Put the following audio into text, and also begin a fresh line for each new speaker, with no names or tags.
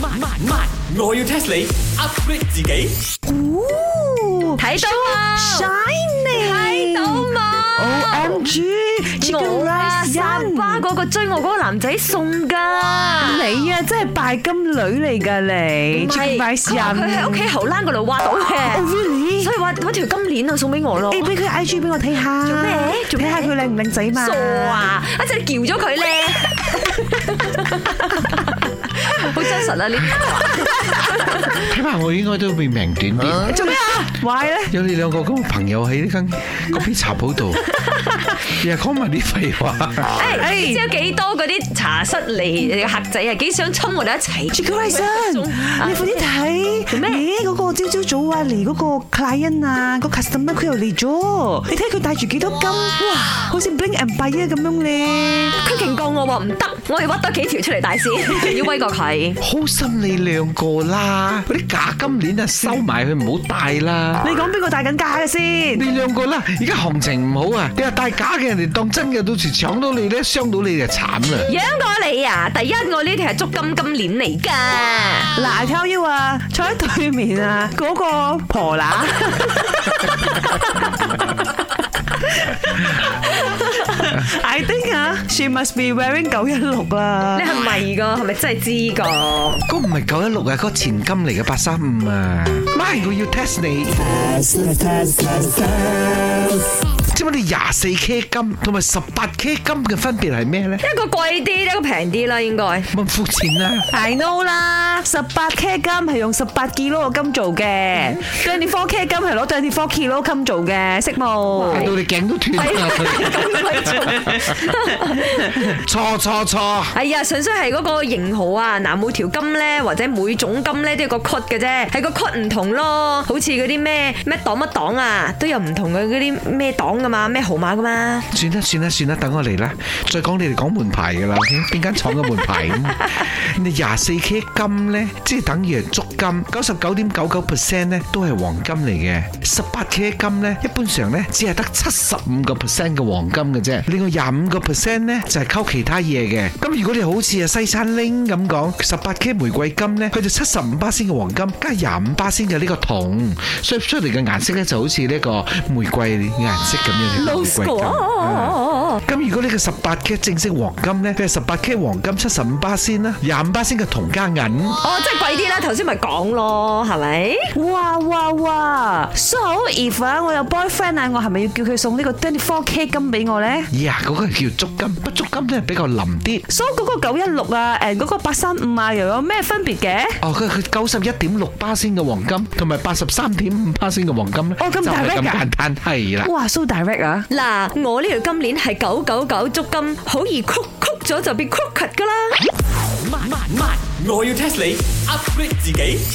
慢慢慢，我要 test 你 upgrade 自己。
睇到啊
Shiny，
睇到嘛
O M G，Chicken
我啊，
Rice
沙巴
人，
嗰個追我嗰個男仔送噶。
你啊真係拜金女嚟㗎你
唔係
，Chicken Rice
佢話佢喺屋企
人。
後欄嗰度挖到
哦
嘅，
really？
所以挖嗰條金鏈啊送俾我咯。
你俾佢 I G 俾我睇下，
做咩做
睇
咩
下佢靚唔靚仔嘛？
傻！啊！一陣你撬咗佢咧， 好真實啊！你
睇埋我應該都會命短啲。
做咩啊？壞咧！
有你兩個咁嘅朋友喺呢間嗰邊茶鋪度，日日講埋啲廢話。
哎
誒，你哎知有幾多嗰啲茶室嚟嘅客仔啊？幾想衝我哋一齊
Chicken Rice，人你快啲睇！做
咩
咦，嗰個朝朝早啊嚟嗰個 client 啊，個 customer 佢又嚟咗，你睇佢戴住幾多金，哇，好似 bling and b i 咁樣咧。
佢勁過我喎，唔得，我要屈多幾條出 嚟大先，要威過佢。
好心你兩個啦，嗰啲假金鏈啊收埋佢唔好戴啦。
你講邊個戴緊假嘅先？
你兩個啦，而家行情唔好啊，你話戴假嘅人哋當真嘅，到時搶到你咧，傷到你就慘啦。
養過你啊！第一，我呢條係足金金鏈嚟㗎。
嗱，I tell you 啊，坐喺對面啊，嗰個婆乸，I think 啊，she must be wearing 九一六啦
你。係咪噶？係咪真係知噶？
嗰唔係九一六啊，嗰前金嚟嘅八三五啊。媽，我要 test 你。知唔知你廿四 K 金同埋十八 K 金嘅分別係咩咧？
一個貴啲，一個平啲啦，應該。
問膚淺啦。
I know 啦，十八 K 金係用十八 k 嘅金做嘅，twenty four K 金係攞 twenty four k 金做嘅，識
睇到
冇？
你頸都斷啦！ 錯錯錯！
哎呀，純粹係嗰個型號啊！嗱，每條金咧，或者每種金咧都有個 cut 嘅啫，係個 cut 唔同咯。好似嗰啲咩咩檔乜檔啊，都有唔同嘅嗰啲咩檔噶嘛，咩號碼噶嘛。
算啦算啦算啦，等我嚟啦！再講你哋講門牌噶啦，OK？邊間廠嘅門牌 咁？你廿四 K 金咧，即係等於係足金，九十九點九九 percent 咧都係黃金嚟嘅。十八 K 金咧，一般上咧只係得七十五個 percent 嘅黃金嘅啫，另外廿五個 percent 咧就係溝其他嘢嘅。咁如果你好似啊西餐拎咁講，十八 K 玫瑰金咧，佢就七十五巴仙嘅黃金加廿五巴仙嘅呢個銅，所以出嚟嘅顏色咧就好似呢個玫瑰顏色咁樣。
Low score
玫瑰金
哦哦哦
嗯
哦哦。
咁如果呢個十八 K 正式黃金咧，佢係十八 K 黃金七十五巴仙啦，廿五巴仙嘅銅加銀。
哦，即係貴啲啦，頭先咪講咯，係咪？
哇哇哇！So if 啊，我有 boyfriend 啊，我係咪要叫佢送呢個 twenty four K 金俾我咧
呀，嗰個叫足金，不足金咧比較腍啲。
？So 嗰個九一六啊，誒嗰個八三五啊，又有咩分別嘅？
哦，佢佢九十一點六巴仙嘅黃金，同埋八十三點五巴仙嘅黃金咧，
哦咁
就係
direct
咁
㗎
簡單係啦。
哇，so direct 啊！
嗱，我呢條金鏈係九九九足金，好易曲曲咗就變曲 t 噶啦。
慢慢慢，我要 test 你 upgrade 自己。